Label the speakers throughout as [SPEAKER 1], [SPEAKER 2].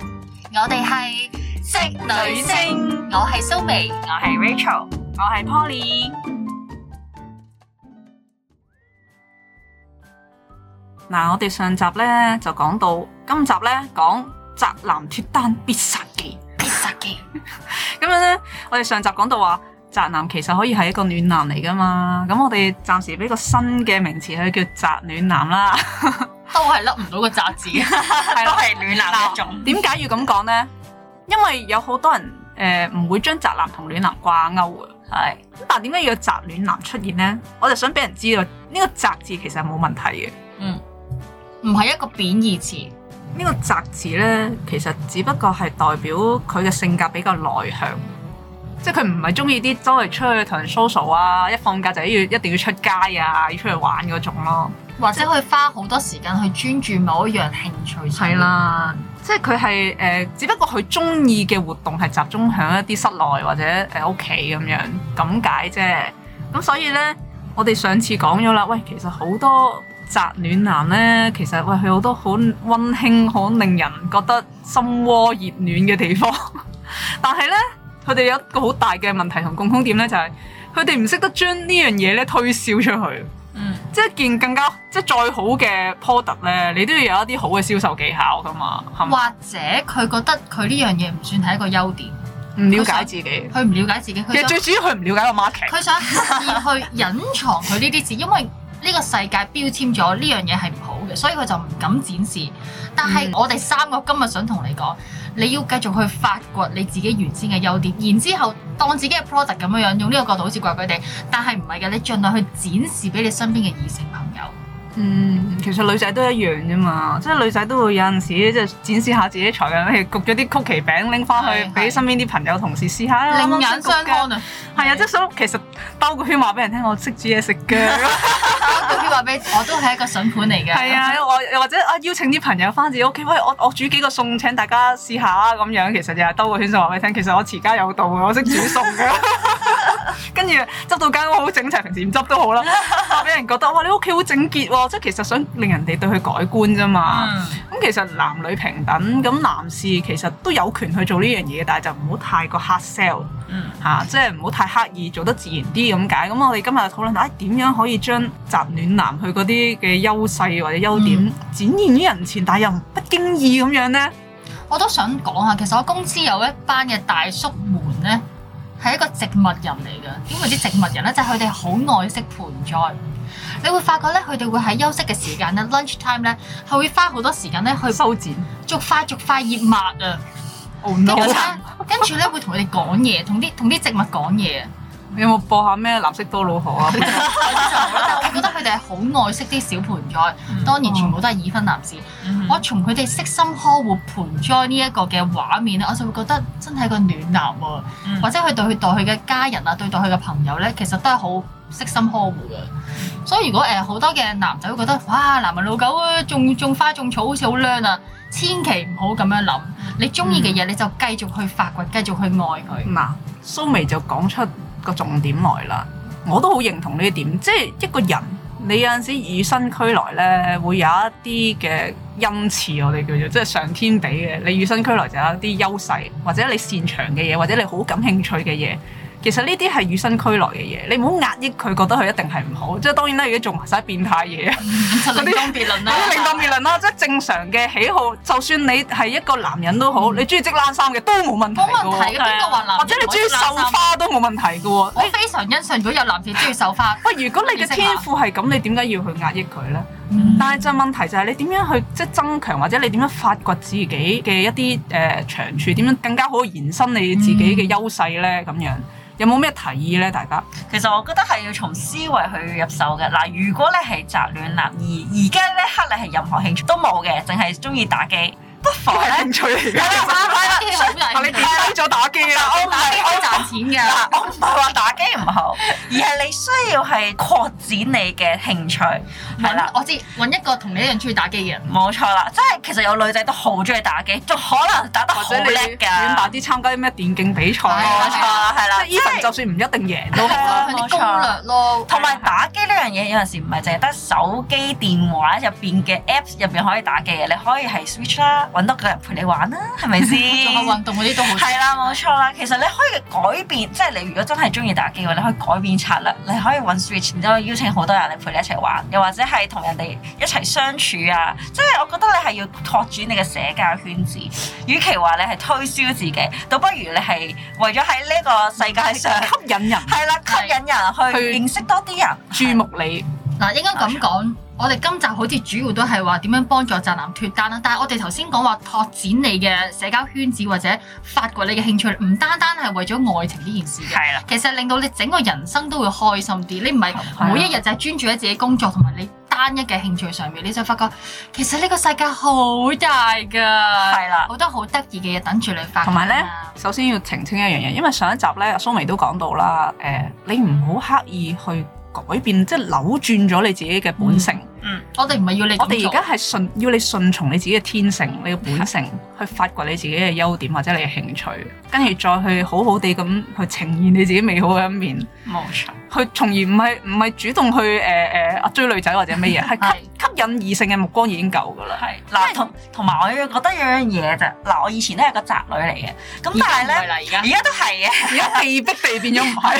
[SPEAKER 1] 我哋係職女聲，我係蘇眉，
[SPEAKER 2] 我係 Rachel，我係 Poly。嗱，我哋上集咧就講到，今集咧講宅男脫單必殺技。
[SPEAKER 1] 必殺技。
[SPEAKER 2] 咁樣咧，我哋上集講到話，宅男其實可以係一個暖男嚟噶嘛。咁我哋暫時俾個新嘅名詞佢叫宅暖男啦。
[SPEAKER 1] 都係甩唔到個宅字，
[SPEAKER 2] 係
[SPEAKER 1] 都
[SPEAKER 2] 啦
[SPEAKER 1] 係暖男一
[SPEAKER 2] 嗱
[SPEAKER 1] 種。
[SPEAKER 2] 點解要咁講呢？因為有好多人誒唔、會將宅男同暖男掛鈎嘅。
[SPEAKER 1] 係
[SPEAKER 2] 咁但係點解要有宅暖男出現呢？我就想俾人知道呢、個宅字其實係冇問題嘅。
[SPEAKER 1] 唔係一個貶義詞？
[SPEAKER 2] 呢、個宅字呢，其實只不過係代表佢嘅性格比較內向，即係佢唔係中意啲周圍出去同人 social 啊，一放假就要一定要出街啊，要出去玩嗰種咯。
[SPEAKER 1] 或者佢花好多時間去專注某一樣興趣上
[SPEAKER 2] 係
[SPEAKER 1] 面，
[SPEAKER 2] 啦，即係佢係誒，只不過佢中意嘅活動係集中喺一啲室內或者誒屋企咁樣咁解啫。咁所以呢，我哋上次講咗啦，喂，其實好多宅暖男呢，其實喂佢好多好温馨、好令人覺得心窩熱暖嘅地方， 但係呢，佢哋有一個好大嘅問題同共通點呢，就係佢哋唔識得將呢樣嘢呢推銷出去。
[SPEAKER 1] 嗯，
[SPEAKER 2] 即係一件更加即係再好嘅 product 咧，你都要有一啲好嘅銷售技巧噶嘛，係
[SPEAKER 1] 或
[SPEAKER 2] 嘛？
[SPEAKER 1] 者佢覺得佢呢樣嘢唔算係一個優點，
[SPEAKER 2] 唔了解自己，
[SPEAKER 1] 佢唔了解自己，佢
[SPEAKER 2] 其
[SPEAKER 1] 想
[SPEAKER 2] 實最主要佢唔了解個 market。
[SPEAKER 1] 佢想刻意去隱藏佢呢啲字，因為呢個世界標籤咗呢樣嘢係唔好嘅，所以佢就唔敢展示。但係
[SPEAKER 2] 嗯
[SPEAKER 1] 我哋三個今日想同你講，你要繼續去發掘你自己原先嘅優點，然之後當自己嘅 product 咁樣樣，用呢個角度好似怪怪地，但係唔係嘅，你盡量去展示俾你身邊嘅異性朋友。
[SPEAKER 2] 嗯，其實女仔都一樣啫嘛，即係女仔都會有陣時即係展示下自己才藝，譬如焗咗啲曲奇餅拎翻去
[SPEAKER 1] 係
[SPEAKER 2] 俾身邊啲朋友同事試下啦。
[SPEAKER 1] 另
[SPEAKER 2] 啱啱
[SPEAKER 1] 眼
[SPEAKER 2] 先焗
[SPEAKER 1] 相
[SPEAKER 2] 嘅
[SPEAKER 1] 看啊！
[SPEAKER 2] 係啊，即係想其實兜個圈話俾人聽，我識煮嘢食嘅。
[SPEAKER 1] 我都話俾我都係一個筍盤嚟嘅。
[SPEAKER 2] 係啊，我又或者啊邀請啲朋友翻自己屋企，喂我我煮幾個餸請大家試下啊咁樣，其實就係兜個圈就話俾你聽，其實我持家有道嘅，我識煮餸 嘅。跟住執到間屋好整齊，平時唔執都 好啦，話俾人覺得哇你屋企好整潔喎，即係其實想令人哋對佢改觀啫嘛。
[SPEAKER 1] 嗯，
[SPEAKER 2] 咁、其實男女平等，咁男士其實都有權去做呢樣嘢，但係就唔好太過 hard sell。
[SPEAKER 1] 嗯，
[SPEAKER 2] 嚇、啊即係唔好太刻意，做得自然啲咁解。咁我哋今日討論下，哎點樣可以將宅暖男佢嗰啲嘅優勢或者優點、
[SPEAKER 1] 嗯
[SPEAKER 2] 展現於人前，但係又唔不經意咁樣呢？
[SPEAKER 1] 我都想講下，其實我公司有一班嘅大叔們呢，係一個植物人嚟嘅。點為之植物人呢？就係佢哋好愛惜盆栽。你會發覺呢，佢哋會喺休息嘅時間呢 lunch time 呢，係會花好多時間呢去
[SPEAKER 2] 修剪
[SPEAKER 1] 逐塊逐塊葉抹啊。
[SPEAKER 2] ，oh
[SPEAKER 1] 跟
[SPEAKER 2] no！
[SPEAKER 1] 住呢，跟住呢會同佢哋講嘢，同啲同啲植物講嘢啊。
[SPEAKER 2] 你 有冇播下咩藍色多瑙河啊？
[SPEAKER 1] 但我覺得佢哋係好愛惜啲小盆栽， 當然
[SPEAKER 2] 哦
[SPEAKER 1] 全部都係已婚男士。我從佢哋悉心呵護盆栽呢一個嘅畫面咧，我就會覺得真係個暖男喎、
[SPEAKER 2] 嗯
[SPEAKER 1] 或者佢對佢待佢嘅家人啊，對待佢嘅朋友咧，其實都係好悉心呵護嘅。所以如果誒呃好、多嘅男仔會覺得哇，男人老狗啊，種種花種草好似好靚啊，千祈唔好咁樣諗。你中意嘅
[SPEAKER 2] 嗯
[SPEAKER 1] 嘢你就繼續去發掘，繼續去愛佢。
[SPEAKER 2] 嗱，蘇眉就講出個重點來啦。我都好認同呢一點，即係一個人，你有陣時與生俱來呢，會有一啲嘅恩賜，我哋叫做即係上天俾嘅。你與生俱來就有一啲優勢，或者你擅長嘅嘢，或者你好感興趣嘅嘢。其實呢啲係與生俱來嘅嘢，你唔好壓抑佢，覺得佢一定係唔好。即係當然啦，如果做埋晒變態嘢。
[SPEAKER 1] 咁就
[SPEAKER 2] 嗰啲
[SPEAKER 1] 另當別論啦。
[SPEAKER 2] 咁令到別論啦，即係正常嘅喜好，就算你係一個男人都好，你中意織冷衫嘅都冇問題
[SPEAKER 1] 嗯冇
[SPEAKER 2] 嘅
[SPEAKER 1] 問題
[SPEAKER 2] 喎，啊
[SPEAKER 1] 嘅，邊個話男人
[SPEAKER 2] 或者你中意繡
[SPEAKER 1] 唔可以冷衫？
[SPEAKER 2] 花都冇問題嘅喎。
[SPEAKER 1] 我非常欣賞，如果有男士中意繡花，
[SPEAKER 2] 喂，如果你嘅天賦係咁，你點解要去壓抑佢呢？
[SPEAKER 1] 嗯
[SPEAKER 2] 但係就問題就係你點樣去即係增強，或者你點樣發掘自己嘅一啲誒、呃、長處，點樣更加好去延伸你自己
[SPEAKER 1] 嗯
[SPEAKER 2] 嘅優勢呢？咁樣有冇咩提議呢？大家
[SPEAKER 3] 其實我覺得係要從思維去入手嘅。嗱，如果你係宅暖男，而而家呢刻你係任何興趣都冇嘅，淨係中意打機，不妨
[SPEAKER 1] 啊
[SPEAKER 2] 係
[SPEAKER 3] 咧
[SPEAKER 2] 興趣嚟嘅，
[SPEAKER 3] 係啦
[SPEAKER 1] 打機好有
[SPEAKER 2] 啊你
[SPEAKER 1] 興趣
[SPEAKER 2] 跌低咗打機啦，我 唔
[SPEAKER 1] 打機
[SPEAKER 2] 係
[SPEAKER 1] 可以賺錢㗎。
[SPEAKER 3] 嗱，我唔係話打機唔好，而係你需要係擴展你嘅興趣，
[SPEAKER 2] 嗯
[SPEAKER 3] 係啦
[SPEAKER 1] 揾。我知揾一個同你一樣中意打機嘅人。
[SPEAKER 3] 冇錯啦，即係其實有女仔都好中意打機，仲可能打得好
[SPEAKER 2] 或者
[SPEAKER 3] 叻
[SPEAKER 2] 你
[SPEAKER 3] 㗎。
[SPEAKER 2] 遠大啲參加啲咩電競比賽
[SPEAKER 3] 冇錯
[SPEAKER 2] 啊，
[SPEAKER 3] 啦，係啦，
[SPEAKER 2] 即係 even 就算唔一定贏
[SPEAKER 1] 係
[SPEAKER 2] 都好啦
[SPEAKER 1] 啊，
[SPEAKER 3] 啦
[SPEAKER 1] 佢啲攻略咯，
[SPEAKER 3] 同埋打機呢樣嘢有陣時唔係淨係得手機電話入邊嘅 Apps 入邊可以打機嘅，你可以係 Switch 啦，揾多個人陪你玩啦，係咪
[SPEAKER 1] 做
[SPEAKER 3] 先？
[SPEAKER 1] 下運動嗰啲都好。
[SPEAKER 3] 嗯係啦，冇錯啦。其實你可以改變，即係你如果真係中意打機嘅話，你可以改變策略，你可以揾 Switch，然之後邀請好多人嚟陪你一齊玩，又或者係同人哋一齊相處啊。即係我覺得你係要拓展你嘅社交圈子，與其話你係推銷自己，倒不如你係為咗喺呢個世界 上
[SPEAKER 2] 吸引人
[SPEAKER 3] 係啦，吸引人去認識多啲人。
[SPEAKER 2] 注目你，
[SPEAKER 1] 嗱，應該咁講，我哋今集好似主要都係話點樣幫助宅男脱單啦。但係我哋頭先講話拓展你嘅社交圈子或者發掘你嘅興趣，唔單單係為咗愛情呢件事嘅。
[SPEAKER 3] 係啦，
[SPEAKER 1] 其實令到你整個人生都會開心啲，你唔
[SPEAKER 2] 啊
[SPEAKER 1] 係每一日就係專注喺自己工作同埋你單一嘅興趣上面，你就發覺其實呢個世界好大㗎，係
[SPEAKER 3] 啦
[SPEAKER 1] 好多好得意嘅嘢等住你發掘啊。
[SPEAKER 2] 同埋咧，首先要澄清一樣嘢，因為上一集咧，阿蘇眉都講到啦，誒、你唔好刻意去改變，即係扭轉咗你自己嘅本性。
[SPEAKER 1] 我哋唔係要你咁做，
[SPEAKER 2] 我哋而家係順要你順從你自己嘅天性、你嘅本性，去發掘你自己嘅優點或者你嘅興趣，跟住再去好好地咁去呈現你自己美好嘅一面，
[SPEAKER 3] 冇錯。
[SPEAKER 2] 去從而唔係唔係主動去誒誒啊追女仔或者乜嘢，係吸吸引異性嘅目光已經夠 㗎啦。
[SPEAKER 3] 係嗱，同同埋我要覺得有樣嘢啫。嗱，我以前都係個宅女嚟嘅，咁但係咧，
[SPEAKER 1] 而家唔係啦，
[SPEAKER 3] 而家都係嘅。
[SPEAKER 2] 而家被逼地變咗唔係，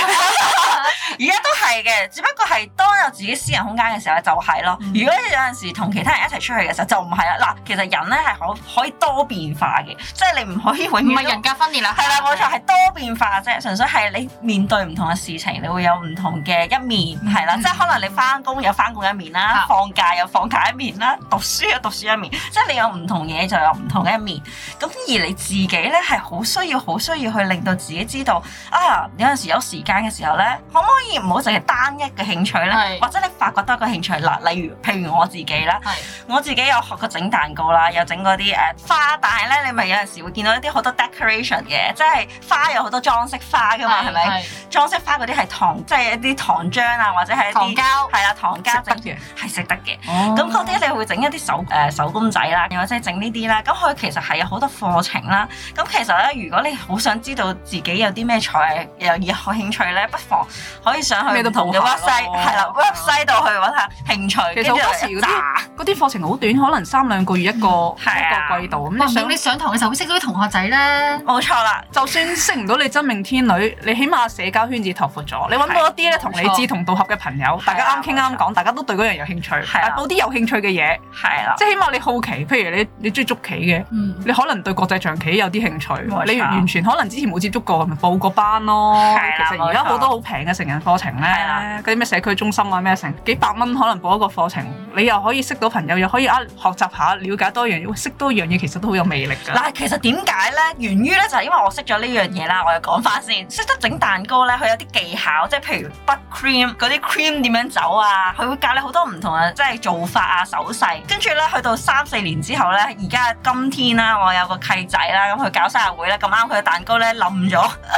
[SPEAKER 3] 而家都係嘅，只不過係當有自己私人空間嘅時候就係咯。
[SPEAKER 1] 嗯
[SPEAKER 3] 如果有陣時同其他人一齊出去嘅時候就唔係啦。嗱，其實人咧係可可以多變化嘅，即係你唔可以永
[SPEAKER 1] 而家唔係
[SPEAKER 3] 遠都
[SPEAKER 1] 人。格分裂啦，
[SPEAKER 3] 係啦，冇錯，係多變化啫。純粹係你面對唔同嘅事情，你會有唔同嘅一面，係啦，
[SPEAKER 1] 嗯
[SPEAKER 3] 即係可能你翻工有翻工一面啦
[SPEAKER 1] 啊，
[SPEAKER 3] 放假有放假一面啦，讀書有讀書一面，即係你有唔同嘢就有唔同嘅一面。咁而你自己咧係好需要、好需要去令到自己知道啊，有陣時有時間嘅時候咧，可唔可以唔好淨係單一嘅興趣咧
[SPEAKER 1] 係，
[SPEAKER 3] 或者你發掘多一個興趣嗱，例如譬如我自己啦。
[SPEAKER 1] 係
[SPEAKER 3] 我自己有學過整蛋糕啦，有整嗰啲誒花，但係咧你咪有陣時會見到一啲好多 decoration 嘅，即係花有好多裝飾花噶啊嘛，係咪？？裝飾花嗰啲係糖，即係一啲糖漿啊，或者係一
[SPEAKER 1] 糖
[SPEAKER 3] 啲
[SPEAKER 1] 膠
[SPEAKER 3] 係啦糖膠整
[SPEAKER 2] 食得嘅哦
[SPEAKER 3] 係食得嘅。
[SPEAKER 2] 咁
[SPEAKER 3] 咁嗰啲你會整一啲手誒、呃手工仔啦，又或者整呢啲啦。咁佢其實係有好多課程啦。咁其實咧，如果你好想知道自己有啲咩才又有興趣咧，不妨可以上去
[SPEAKER 2] 咩都
[SPEAKER 3] 唔同嘅
[SPEAKER 2] 報下
[SPEAKER 3] website
[SPEAKER 2] 咯
[SPEAKER 3] 係啦 website 度去揾下興趣，
[SPEAKER 2] 其實
[SPEAKER 3] 跟住
[SPEAKER 2] 好多
[SPEAKER 3] 就
[SPEAKER 2] 時嗰
[SPEAKER 3] 炸
[SPEAKER 2] 啲嗰啲課程好短，可能三兩個月一個
[SPEAKER 3] 係啊
[SPEAKER 2] 一個季度咁。
[SPEAKER 1] 哇！
[SPEAKER 2] 你
[SPEAKER 1] 唔
[SPEAKER 2] 想
[SPEAKER 1] 到你上堂嘅時候會識到啲同學仔咧，
[SPEAKER 3] 冇錯啦。
[SPEAKER 2] 就算識唔到你真命天女，你起碼社交圈子拓闊咗，你揾到一啲咧
[SPEAKER 1] 係
[SPEAKER 2] 同你
[SPEAKER 1] 冇錯
[SPEAKER 2] 志同道合嘅朋友，大家啱傾啱講，大家都對嗰樣有興趣，
[SPEAKER 3] 啊係啊
[SPEAKER 2] 但報啲有興趣嘅嘢，
[SPEAKER 3] 係啦，
[SPEAKER 2] 即係起碼你好奇，譬如你你中意捉棋嘅。
[SPEAKER 1] 嗯，
[SPEAKER 2] 你可能對國際象棋有啲興
[SPEAKER 3] 冇錯
[SPEAKER 2] 趣，你完全可能之前冇接觸過，咪報個班咯。
[SPEAKER 3] 係啦
[SPEAKER 2] 其實而家
[SPEAKER 3] 冇錯
[SPEAKER 2] 好多好平嘅成人課程咧
[SPEAKER 3] 係啦，
[SPEAKER 2] 嗰啲咩社區中心啊咩成，幾百蚊可能報一個課程，你又可以識到朋友，又可以啊學習下，了解多樣嘢，哇識多樣嘢其實都好有魅力㗎。
[SPEAKER 3] 嗱，其實點解咧？源於咧就係因為我識咗呢樣嘢啦，我又講翻先，識得整蛋糕咧，佢有啲技巧，即係譬如 b cream 嗰啲 cream 點樣走啊，佢會教你好多唔同嘅即係做法啊、手勢。跟住咧，去到三四年之後咧，而家今天啦，我有個契仔啦，咁佢搞生日會咧，咁啱佢嘅蛋糕咧冧咗，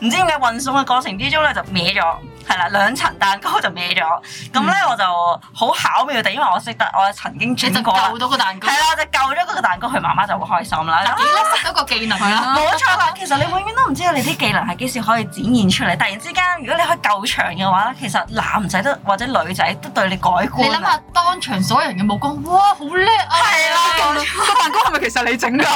[SPEAKER 3] 唔知點解運送嘅過程之中咧就歪咗。係啦，兩層蛋糕就歪咗，咁嗯咧我就好巧妙地，因為我識得，我曾經
[SPEAKER 1] 你就
[SPEAKER 3] 轉過啦
[SPEAKER 1] 救到個蛋糕
[SPEAKER 3] 係，啊啦，就救咗嗰個蛋糕，佢媽媽就好開心啦。
[SPEAKER 1] 嗱，你咧識到個技能啊啦，
[SPEAKER 3] 冇錯啦，其實你永遠都唔知道你啲技能係幾時可以展現出嚟。突然之間，如果你可以夠長嘅話，其實男仔都或者女仔都對你改
[SPEAKER 1] 你
[SPEAKER 3] 觀
[SPEAKER 1] 諗
[SPEAKER 3] 啊。
[SPEAKER 1] 下當場所有人嘅武功，哇，好叻啊！
[SPEAKER 3] 係啦，
[SPEAKER 2] 個蛋糕係咪其實你整㗎？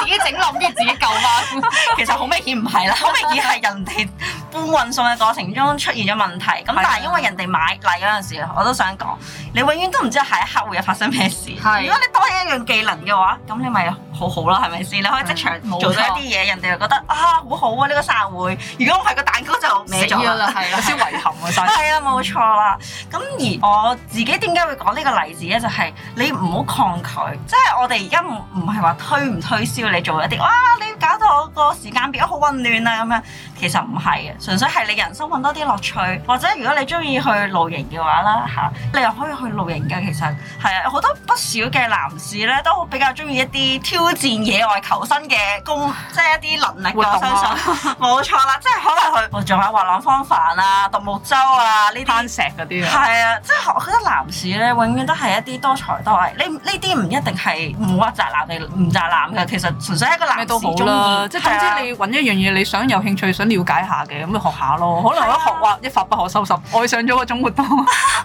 [SPEAKER 1] 自己整冧，跟住自己救翻。
[SPEAKER 3] 其實好明顯 唔係啦，好明顯係人哋搬運送嘅過程中出現咗問題。
[SPEAKER 1] 啊
[SPEAKER 3] 咁但係因為人哋買嚟嗰陣時，我都想講，你永遠都唔知下一刻會有發生咩事。如果
[SPEAKER 1] 係
[SPEAKER 3] 你多一樣技能嘅話，咁你咪好好啦，係咪先？你可以即場
[SPEAKER 1] 嗯冇錯
[SPEAKER 3] 做到一啲嘢，人哋就覺得啊好好啊呢個生日會。如果唔係個蛋糕就歪
[SPEAKER 1] 死
[SPEAKER 3] 咗啦
[SPEAKER 1] 咗。啦，係
[SPEAKER 2] 有
[SPEAKER 1] 啦，
[SPEAKER 2] 少遺憾啊，但係
[SPEAKER 3] 係啊，冇錯啦。咁而我自己點解會講呢個例子咧？就係、你唔好抗拒，即係我哋而家唔唔係話推啊唔推銷你做一啲，哇！你搞到我個時間表好混亂啊咁樣。其實唔係嘅，純粹係你人生揾多啲樂趣，或者如果你中意去露營嘅話啦嚇，你又可以去露營嘅。其實係啊，好多不少嘅男士咧都比較中意一啲挑戰野外求生嘅工，即係一啲能力
[SPEAKER 2] 活動
[SPEAKER 3] 嘅。我相信
[SPEAKER 2] 啊
[SPEAKER 3] 冇錯啦，即係可能佢哦仲有滑浪風帆啊、獨木舟啊呢啲
[SPEAKER 2] 攀。石嗰啲啊，
[SPEAKER 3] 係啊，即係我覺得男士咧，永遠都係一啲多才多藝。呢呢啲唔一定係唔屈宅男定唔宅男嘅，其實純粹係一個男
[SPEAKER 2] 咩
[SPEAKER 3] 士
[SPEAKER 2] 都好
[SPEAKER 3] 中
[SPEAKER 2] 啦。
[SPEAKER 3] 意。
[SPEAKER 2] 即係啊總之你揾一樣嘢你想有興趣、想了解下嘅，咁咪學下咯。可能我一學哇，一發不可收拾，愛上咗嗰種活動。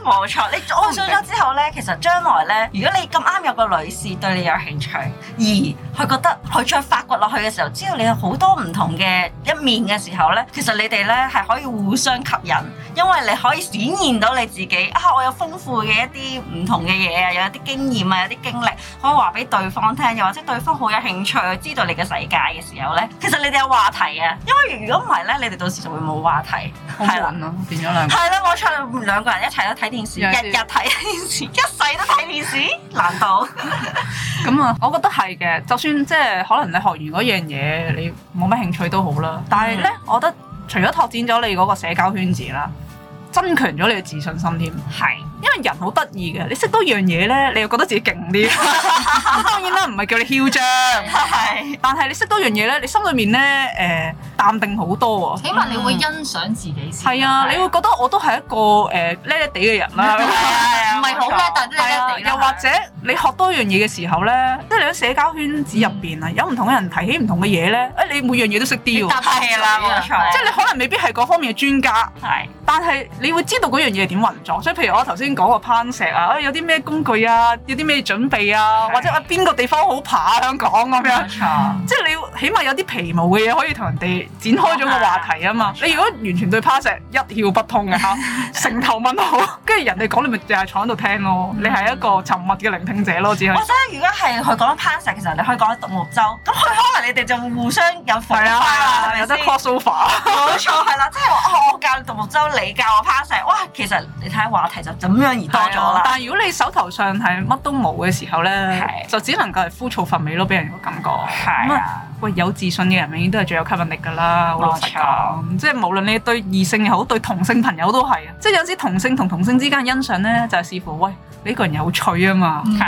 [SPEAKER 3] 冇錯，你愛上咗之後咧，其實將來咧，如果你咁啱有個女士對你有興趣，而佢覺得佢再發掘落去嘅時候，知道你有好多唔同嘅一面嘅時候咧，其實你哋咧係可以互相吸引，因為你可以展現到你自己啊，我有豐富嘅一啲唔同嘅嘢啊，有一啲經驗啊，有啲經歷，可以話俾對方聽，又或者對方好有興趣，知道你嘅世界嘅時候咧，其實你哋有話題啊，因為如果唔係咧，你哋到時就會冇話題，
[SPEAKER 2] 好悶咯，啊變咗兩個。
[SPEAKER 3] 係啦，冇錯，兩個人一齊都睇電視，
[SPEAKER 2] 有時
[SPEAKER 3] 日日睇電視，一 世都睇電視，難道？
[SPEAKER 2] 咁啊，我覺得係嘅。就算即係可能你學完嗰樣嘢，你冇乜興趣都好啦。但係咧，我覺得除咗拓展咗你嗰個社交圈子啦，增強咗你嘅自信心添。係，因為人好得意嘅，你識多樣嘢咧，你又覺得自己勁啲。 咁當然啦，唔係叫你囂張，
[SPEAKER 3] 係
[SPEAKER 2] 但係你識多樣嘢咧，你心裏面咧誒、呃淡定好多喎。
[SPEAKER 1] 起碼你會欣賞自己先。
[SPEAKER 2] 係啊，你會覺得我都係一個誒叻叻地嘅人啦。
[SPEAKER 1] 唔係好叻，但係
[SPEAKER 2] 係
[SPEAKER 1] 叻
[SPEAKER 2] 啊，
[SPEAKER 1] 叻地啦
[SPEAKER 2] 又或者你學多樣嘢嘅時候咧，即係你喺社交圈子入邊啊，有唔同嘅人提起唔同嘅嘢咧，誒你每樣嘢都識啲喎，
[SPEAKER 3] 係啦
[SPEAKER 1] 啊
[SPEAKER 3] 冇錯
[SPEAKER 2] 即係你可能未必係嗰方面嘅專家，
[SPEAKER 3] 係
[SPEAKER 2] 但係你會知道嗰樣嘢係點運作。所以譬如我頭先講個攀石啊，誒有啲咩工具啊，有啲咩準備啊，
[SPEAKER 3] 係
[SPEAKER 2] 或者啊邊個地方好爬啊香港咁樣
[SPEAKER 3] 冇。錯，
[SPEAKER 2] 即係你起碼有啲皮毛嘅嘢可以同人哋展開咗個話題啊嘛！你如果完全對攀石一竅不通嘅 嚇，成頭問號，跟住人哋講你咪就係坐喺度聽咯，你係一個沉默嘅聆聽者咯，只係
[SPEAKER 3] 或。者如果係佢講攀石嘅時候，你可以講獨木舟，咁佢可能你哋就互相有火花
[SPEAKER 2] 係
[SPEAKER 3] 啦，係
[SPEAKER 2] 啊，
[SPEAKER 3] 咪
[SPEAKER 2] 有得
[SPEAKER 3] 先
[SPEAKER 2] crossover，啊
[SPEAKER 3] 冇錯係啦，即係話哦我教你獨木舟，你教我攀石，哇！其實你睇下話題就咁樣而多咗
[SPEAKER 2] 係啊
[SPEAKER 3] 啦，
[SPEAKER 2] 但係如果你手頭上係乜都冇嘅時候咧
[SPEAKER 3] 係，
[SPEAKER 2] 就只能夠係枯燥乏味咯，俾人個感覺。
[SPEAKER 3] 係
[SPEAKER 2] 咁
[SPEAKER 3] 啊。
[SPEAKER 2] 喂，有自信嘅人永遠都係最有吸引力㗎啦，好老實講，即係無論你對異性又好，對同性朋友都係啊，即係有時同性同同性之間嘅欣賞咧，就係、視乎喂你個人有趣啊嘛，
[SPEAKER 3] 係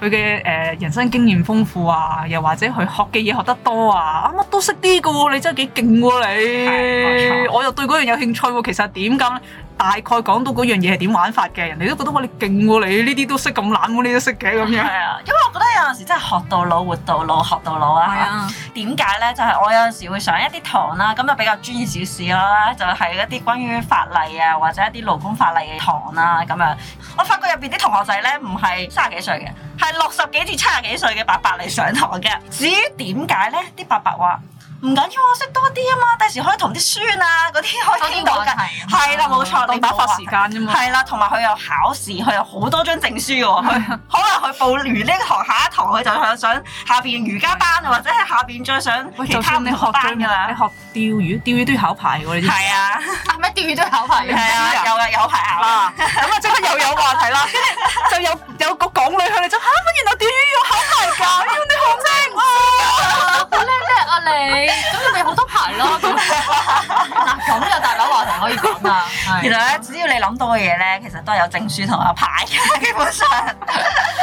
[SPEAKER 2] 佢嘅誒人生經驗豐富啊，又或者佢學嘅嘢學得多啊，啊乜都識啲㗎喎，你真係幾勁
[SPEAKER 3] 係
[SPEAKER 2] 喎
[SPEAKER 3] 冇
[SPEAKER 2] 你，我又對嗰樣有興趣喎、其實點咁呢？大概講到嗰樣嘢係點玩法嘅，人哋都覺得哇你勁喎、你呢啲都識咁懶喎，你都識嘅咁樣。
[SPEAKER 3] 係啊，因為我覺得有陣時真係學到老活到老，學到老啊。點解咧？就係、我有陣時會上一啲堂啦，咁就啊比較專業少少啦，就係、一啲關於法例啊，或者一啲勞工法例嘅堂啦咁樣。我發覺入邊啲同學仔咧，唔係三十幾歲嘅，係六十幾至七十幾歲嘅伯伯嚟上堂嘅。至於點解咧？啲伯伯話唔緊要，我識多啲啊嘛，第時可以同啲孫啊嗰啲可以傾到
[SPEAKER 1] 多啲
[SPEAKER 3] 㗎
[SPEAKER 1] 話題。
[SPEAKER 3] 係啦， 冇錯，
[SPEAKER 2] 當
[SPEAKER 3] 你啊
[SPEAKER 2] 打
[SPEAKER 3] 冇
[SPEAKER 2] 發
[SPEAKER 3] 話
[SPEAKER 2] 時間啫嘛。
[SPEAKER 3] 係啦，同埋佢有考試，佢有好多張證 書喎。佢可能佢報完呢個堂下一堂，佢就想上下邊瑜伽班，或者係下邊再上
[SPEAKER 2] 喂，
[SPEAKER 3] 其
[SPEAKER 2] 就
[SPEAKER 3] 他
[SPEAKER 2] 算
[SPEAKER 3] 唔
[SPEAKER 2] 你學
[SPEAKER 3] 同班
[SPEAKER 2] 咗
[SPEAKER 3] 㗎啦。
[SPEAKER 2] 你學釣魚，釣魚都要考牌喎，你知唔知
[SPEAKER 3] 係啊，
[SPEAKER 1] 啊咩釣魚都考牌嘅，
[SPEAKER 3] 係啊，有啊，有排啊。
[SPEAKER 2] 啊？咁啊，即刻又有話題啦，跟住就有有個港女向你就嚇，啊乜原來釣魚要考牌㗎，要你好叻喎！
[SPEAKER 1] 好叻叻啊你，咁你咪好多牌咯。咁嗱咁有大把話題可以講啊啦。係
[SPEAKER 3] 原來咧，只要你諗到嘅嘢咧，其實都係有證書同埋有牌嘅，基本上係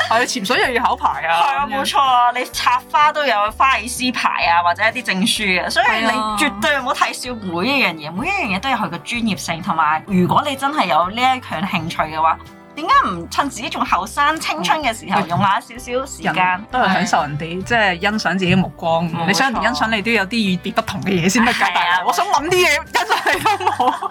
[SPEAKER 2] 係啊潛水又要考牌啊！
[SPEAKER 3] 啊，冇錯啊！你插花都有花藝師牌啊，或者一啲證書嘅，所以你
[SPEAKER 2] 係啊
[SPEAKER 3] 絕對唔好睇小每一樣嘢，每一樣嘢都有佢嘅專業性，同埋如果你真係有呢一樣興趣嘅話，點解唔趁自己仲後生、青春嘅時候
[SPEAKER 2] 嗯
[SPEAKER 3] 用下少少時間
[SPEAKER 2] 人？都係享受人哋，即係欣賞自己嘅目光
[SPEAKER 3] 冇。
[SPEAKER 2] 你想人哋
[SPEAKER 3] 錯
[SPEAKER 2] 欣賞你，都有啲與別不同嘅嘢先得㗎，
[SPEAKER 3] 係啊
[SPEAKER 2] 大佬。我想諗啲嘢欣賞你都 冇。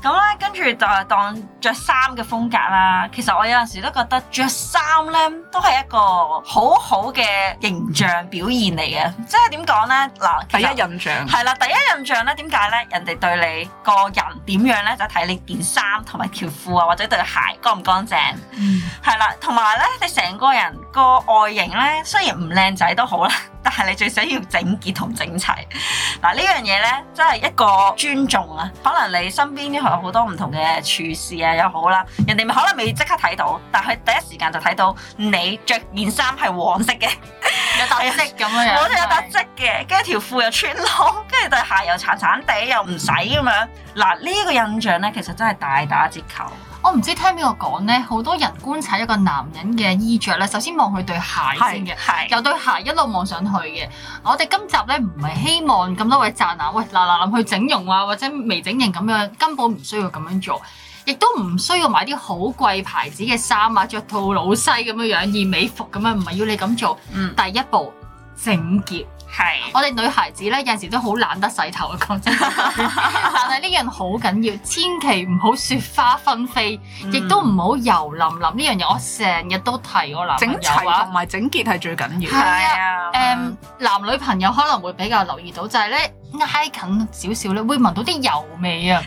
[SPEAKER 3] 咁咧，跟住就係當着衫嘅風格啦。其實我有陣時都覺得着衫咧，都係一個好好嘅形象表現嚟嘅。即係點講咧？嗱，
[SPEAKER 2] 第
[SPEAKER 3] 其
[SPEAKER 2] 一
[SPEAKER 3] 實
[SPEAKER 2] 印象
[SPEAKER 3] 係啦，第一印象咧，點解咧？人哋對你個人點樣咧，就睇你件衫同埋條褲啊，或者對鞋乾唔乾淨。
[SPEAKER 1] 嗯
[SPEAKER 3] 係啦，同埋咧，你成個人個外形咧，雖然唔靚仔都好啦， 但係你最想要整潔同整齊。嗱呢樣嘢咧，真係一個尊重啊！可能你身邊有好多唔同嘅處事啊又好啦，人哋咪可能未即刻睇到，但係佢第一時間就睇到你着件衫係黃色嘅，
[SPEAKER 1] 有 特色咁樣樣。
[SPEAKER 3] 我哋有特色嘅，跟住條褲又穿窿， 跟住對鞋又殘殘地，又唔使咁樣。嗱，呢、個印象咧，其實真係大打折扣。
[SPEAKER 1] 我唔知聽邊個講咧，好多人觀察一個男人嘅衣着咧，首先望佢對鞋先嘅。
[SPEAKER 3] 係
[SPEAKER 1] 由對鞋一路望上去嘅，我哋今集咧唔係希望咁多位讚啊，喂嗱嗱臨去整容啊，或者微整形咁樣，根本唔需要咁樣做，亦都唔需要買啲好貴牌子嘅衫啊，着套老西咁樣樣，燕尾服咁樣，唔係要你咁做。
[SPEAKER 3] 嗯
[SPEAKER 1] 第一步整潔。
[SPEAKER 3] 係
[SPEAKER 1] 我哋女孩子咧有陣時都好懶得洗頭啊，講 真。但係呢樣好緊要，千祈唔好雪花紛飛，亦都唔好油淋淋呢樣嘢。我成日都提我男朋
[SPEAKER 2] 整
[SPEAKER 1] 友
[SPEAKER 2] 齊
[SPEAKER 1] 啊
[SPEAKER 2] 同。埋整潔係最緊要。
[SPEAKER 3] 係
[SPEAKER 1] 誒、
[SPEAKER 3] 啊，
[SPEAKER 2] 嗯
[SPEAKER 1] 男女朋友可能會比較留意到，就係咧挨近少少咧，會聞到啲油味 啊！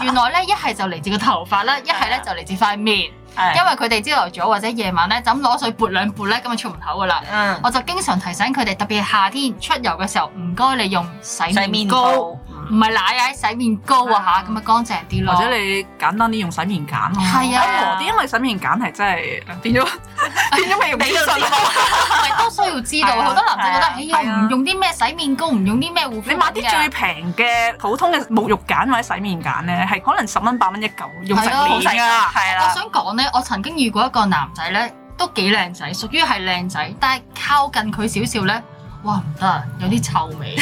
[SPEAKER 1] 原來咧一係就嚟自個頭髮
[SPEAKER 2] 啊
[SPEAKER 1] 啦，一係咧就嚟自塊面，因
[SPEAKER 3] 係
[SPEAKER 1] 為佢哋朝頭早或者夜晚咧就咁攞水撥兩撥咧，咁就出門口噶啦。
[SPEAKER 3] 嗯，
[SPEAKER 1] 我就經常提醒佢哋，特別係夏天出油嘅時候，唔該你用洗
[SPEAKER 3] 嗯洗
[SPEAKER 1] 面
[SPEAKER 3] 面
[SPEAKER 1] 膏，
[SPEAKER 3] 膏，
[SPEAKER 1] 唔係奶啊，洗面膏啊嚇，咁咪乾淨啲咯。
[SPEAKER 2] 或者你簡單啲用洗面梘咯，
[SPEAKER 1] 係啊
[SPEAKER 2] 溫和啲，因為洗面梘係真係呃變咗 變咗未用啊
[SPEAKER 3] 你要知
[SPEAKER 2] 資
[SPEAKER 3] 道
[SPEAKER 2] 訊。
[SPEAKER 1] 咪都需要知
[SPEAKER 3] 係
[SPEAKER 1] 道，
[SPEAKER 3] 啊
[SPEAKER 1] 好多男仔覺得，哎呀，
[SPEAKER 2] 係啊
[SPEAKER 1] 唔用啲咩洗面膏，唔用啲咩護膚
[SPEAKER 2] 你買
[SPEAKER 1] 品
[SPEAKER 2] 啲
[SPEAKER 1] 嘅
[SPEAKER 2] 最平嘅普通嘅沐浴梘或者洗面梘咧，係可能十蚊八蚊一嚿，用成
[SPEAKER 1] 係咯好
[SPEAKER 3] 好
[SPEAKER 1] 細
[SPEAKER 2] 年
[SPEAKER 3] 細
[SPEAKER 2] 㗎。
[SPEAKER 3] 係
[SPEAKER 1] 我
[SPEAKER 3] 啦，
[SPEAKER 1] 想講咧，我曾經遇過一個男仔咧，都幾靚仔，屬於係靚仔，但係靠近佢少少咧，哇唔得啊，有啲臭味。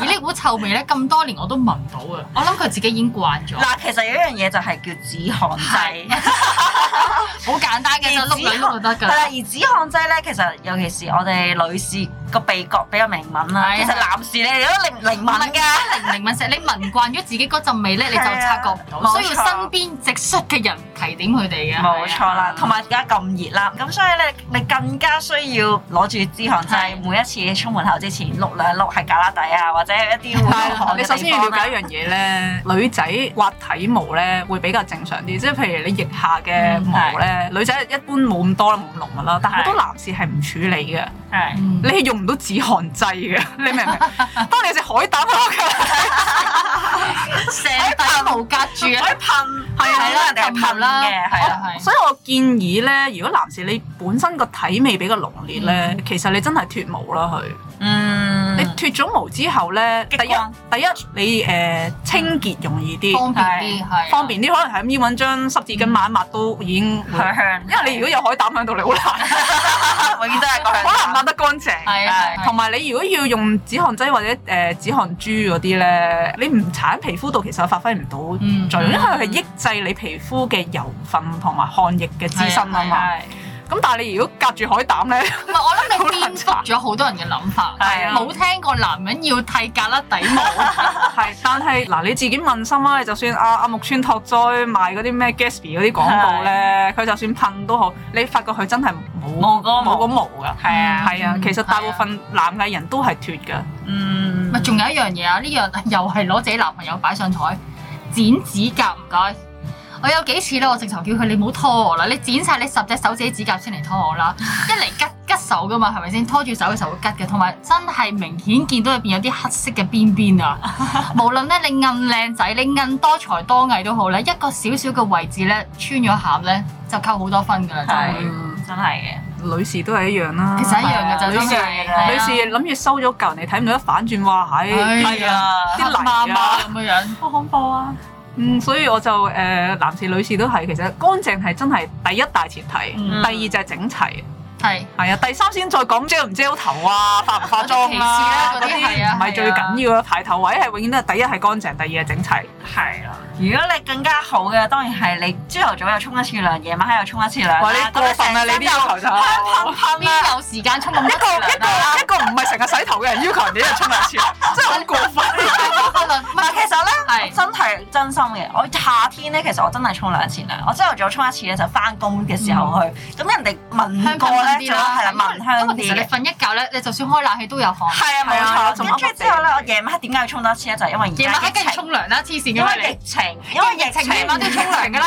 [SPEAKER 1] 而呢股臭味咧，咁多年我都聞到啊！我諗佢自己已經慣咗，
[SPEAKER 3] 嗱，其實有一樣嘢就係叫止汗劑。
[SPEAKER 1] 好簡單嘅就碌兩碌就得㗎
[SPEAKER 3] 係啦，
[SPEAKER 1] 啦。
[SPEAKER 3] 而止汗劑咧，其實尤其是我哋女士個鼻覺比較靈敏啦，
[SPEAKER 1] 係
[SPEAKER 3] 其實男士咧都靈靈
[SPEAKER 1] 唔
[SPEAKER 3] 敏
[SPEAKER 1] 係
[SPEAKER 3] 㗎。
[SPEAKER 1] 靈靈敏石，你聞慣咗自己嗰陣味咧，你就察覺唔
[SPEAKER 3] 係啊冇
[SPEAKER 1] 到，
[SPEAKER 3] 錯
[SPEAKER 1] 需要身邊直率嘅人提點佢哋嘅。
[SPEAKER 3] 冇錯啦，
[SPEAKER 1] 係啊
[SPEAKER 3] 同埋而家咁熱啦，咁所以咧，你更加需要攞住支汗劑，
[SPEAKER 1] 係
[SPEAKER 3] 每一次出門口之前碌兩碌喺旮旯底啊，或者一啲會流汗
[SPEAKER 2] 啊你
[SPEAKER 3] 嘅
[SPEAKER 2] 首先要
[SPEAKER 3] 地
[SPEAKER 2] 了解
[SPEAKER 3] 方啊
[SPEAKER 2] 一
[SPEAKER 3] 啦。
[SPEAKER 2] 樣嘢咧，女仔刮體毛咧會比較正常啲，即係譬如你腋下嘅
[SPEAKER 1] 嗯
[SPEAKER 2] 毛咧，女仔一般冇咁多啦，冇咁濃噶啦，但係好
[SPEAKER 3] 係
[SPEAKER 2] 多男士係唔處理嘅，
[SPEAKER 3] 係
[SPEAKER 1] 嗯
[SPEAKER 2] 你係用唔到止汗劑嘅，你明唔明？當你有隻海膽喺度
[SPEAKER 1] 成底毛隔住
[SPEAKER 3] 可
[SPEAKER 1] 啊，
[SPEAKER 3] 以噴，
[SPEAKER 1] 係
[SPEAKER 3] 係
[SPEAKER 1] 啦
[SPEAKER 3] 啦，人哋係
[SPEAKER 1] 噴
[SPEAKER 3] 噴
[SPEAKER 1] 啦
[SPEAKER 3] 嘅，係啦，
[SPEAKER 1] 係
[SPEAKER 2] 所以我建議咧，如果男士你本身個體味比較濃烈咧，其實你真係脱毛啦佢。
[SPEAKER 3] 嗯
[SPEAKER 2] 你脱咗毛之後咧，
[SPEAKER 3] 激
[SPEAKER 2] 第一
[SPEAKER 3] 光
[SPEAKER 2] 第一你誒、呃清潔容易啲，
[SPEAKER 1] 方便啲係啊
[SPEAKER 2] 方便啲，可能係咁要揾張濕紙巾抹一抹都已經會。
[SPEAKER 3] 香 香，
[SPEAKER 2] 因為你如果有海膽喺度，你好難，
[SPEAKER 3] 果永遠都係個香
[SPEAKER 2] 好難
[SPEAKER 3] 香
[SPEAKER 2] 抹得乾淨。
[SPEAKER 1] 啊係啊係啊
[SPEAKER 2] 同埋你如果要用止汗劑或者誒、呃止汗珠嗰啲咧，你唔搽喺皮膚度，其實發揮唔到
[SPEAKER 1] 嗯
[SPEAKER 2] 作用，因為佢係抑制你皮膚嘅油分同埋汗液嘅滋生啊
[SPEAKER 1] 係啊
[SPEAKER 2] 嘛。咁但係你如果隔住海膽咧，
[SPEAKER 1] 唔係，我諗你顛覆咗好多人嘅諗法，
[SPEAKER 3] 係啊
[SPEAKER 1] 冇聽過男人要剃格甩底毛，啊
[SPEAKER 2] 係，但係嗱你自己問心啦，你就算阿阿木村拓哉賣嗰啲咩 Gatsby 嗰啲廣告咧，佢就算噴都好，你發覺佢真係冇
[SPEAKER 3] 冇嗰個
[SPEAKER 2] 冇個
[SPEAKER 3] 毛，
[SPEAKER 2] 毛㗎。
[SPEAKER 3] 係啊，
[SPEAKER 2] 係啊，
[SPEAKER 1] 嗯
[SPEAKER 2] 其實大部分男藝人都係脱㗎。
[SPEAKER 3] 嗯，
[SPEAKER 1] 咪仲有一樣嘢啊！呢樣又係攞自己男朋友擺上台剪指甲，唔該。我有幾次咧，我直頭叫佢你唔好拖我啦，你剪晒你十隻手指指甲先嚟拖我 啦。一嚟吉吉手噶嘛，係咪先？拖住手嘅時候會吉嘅，同埋真係明顯見到入邊有啲黑色嘅邊邊 啊。無論咧你摁靚仔，你摁多才多藝都好咧，一個小小嘅位置咧穿咗餡咧，就扣好多分㗎啦，真係。
[SPEAKER 3] 係真係嘅，
[SPEAKER 2] 女士都係一樣啦。
[SPEAKER 1] 其實一樣嘅就
[SPEAKER 3] 女
[SPEAKER 1] 真
[SPEAKER 3] 士
[SPEAKER 1] 係，
[SPEAKER 3] 嚟㗎
[SPEAKER 2] 女士諗住收咗嚿，你睇唔到一反轉，哇！唉，
[SPEAKER 1] 係
[SPEAKER 2] 啲
[SPEAKER 3] 係啊，
[SPEAKER 1] 黑媽媽咁樣樣，
[SPEAKER 2] 好恐怖啊！嗯，所以我就誒、呃男士女士都係，其實乾淨係真係第一大前提，
[SPEAKER 1] 嗯
[SPEAKER 2] 第二就係整齊，
[SPEAKER 1] 係
[SPEAKER 2] 係啊，第三先再講遮唔遮頭啊，化唔化妝啦，
[SPEAKER 1] 嗰
[SPEAKER 2] 嗰
[SPEAKER 1] 啲歧視啦嗰啲係啊
[SPEAKER 2] 啲唔係最緊要啊，排頭位係永遠都係第一係乾淨，第二係整齊，
[SPEAKER 3] 係啦，如果你更加好嘅，當然係你朝頭早又沖一次涼，夜晚黑又沖一次涼啦。
[SPEAKER 2] 哇！你過分啊，你啲要求就
[SPEAKER 3] 咁你成身
[SPEAKER 1] 邊有時間 沖咁
[SPEAKER 2] 一個
[SPEAKER 1] 多
[SPEAKER 2] 一
[SPEAKER 1] 涼啊？
[SPEAKER 2] 個一個唔係成日洗頭嘅人要求人哋一日沖兩次，真係好過分。
[SPEAKER 1] 太過分啦！唔
[SPEAKER 3] 就噴啦。唔係，其實咧，
[SPEAKER 1] 係
[SPEAKER 3] 真係真心嘅。我夏天咧，其實我真係沖兩次涼。我朝頭早沖一次咧，就翻工嘅時候去。咁人哋聞
[SPEAKER 1] 嗯香
[SPEAKER 3] 過
[SPEAKER 1] 香
[SPEAKER 3] 咧，
[SPEAKER 1] 啲
[SPEAKER 3] 就
[SPEAKER 1] 啦，
[SPEAKER 3] 係啦，聞香
[SPEAKER 1] 因為其
[SPEAKER 3] 啲
[SPEAKER 1] 實你
[SPEAKER 3] 嘅。
[SPEAKER 1] 瞓一覺咧，你就算開冷氣都有汗。
[SPEAKER 3] 係啊，
[SPEAKER 2] 係啊
[SPEAKER 3] 冇錯。
[SPEAKER 2] 仲
[SPEAKER 3] 跟住
[SPEAKER 2] 噏噏
[SPEAKER 3] 之後咧，
[SPEAKER 2] 地
[SPEAKER 3] 我夜晚黑點解要沖多次咧？就係因為
[SPEAKER 1] 夜
[SPEAKER 3] 而
[SPEAKER 1] 晚黑
[SPEAKER 3] 家疫
[SPEAKER 1] 跟住
[SPEAKER 3] 情，
[SPEAKER 1] 沖涼啦，黐線
[SPEAKER 3] 因
[SPEAKER 1] 嘅
[SPEAKER 3] 為
[SPEAKER 1] 你
[SPEAKER 3] 疫。情，嗯因為疫
[SPEAKER 1] 情夜晚都要沖
[SPEAKER 3] 情，
[SPEAKER 1] 涼㗎啦，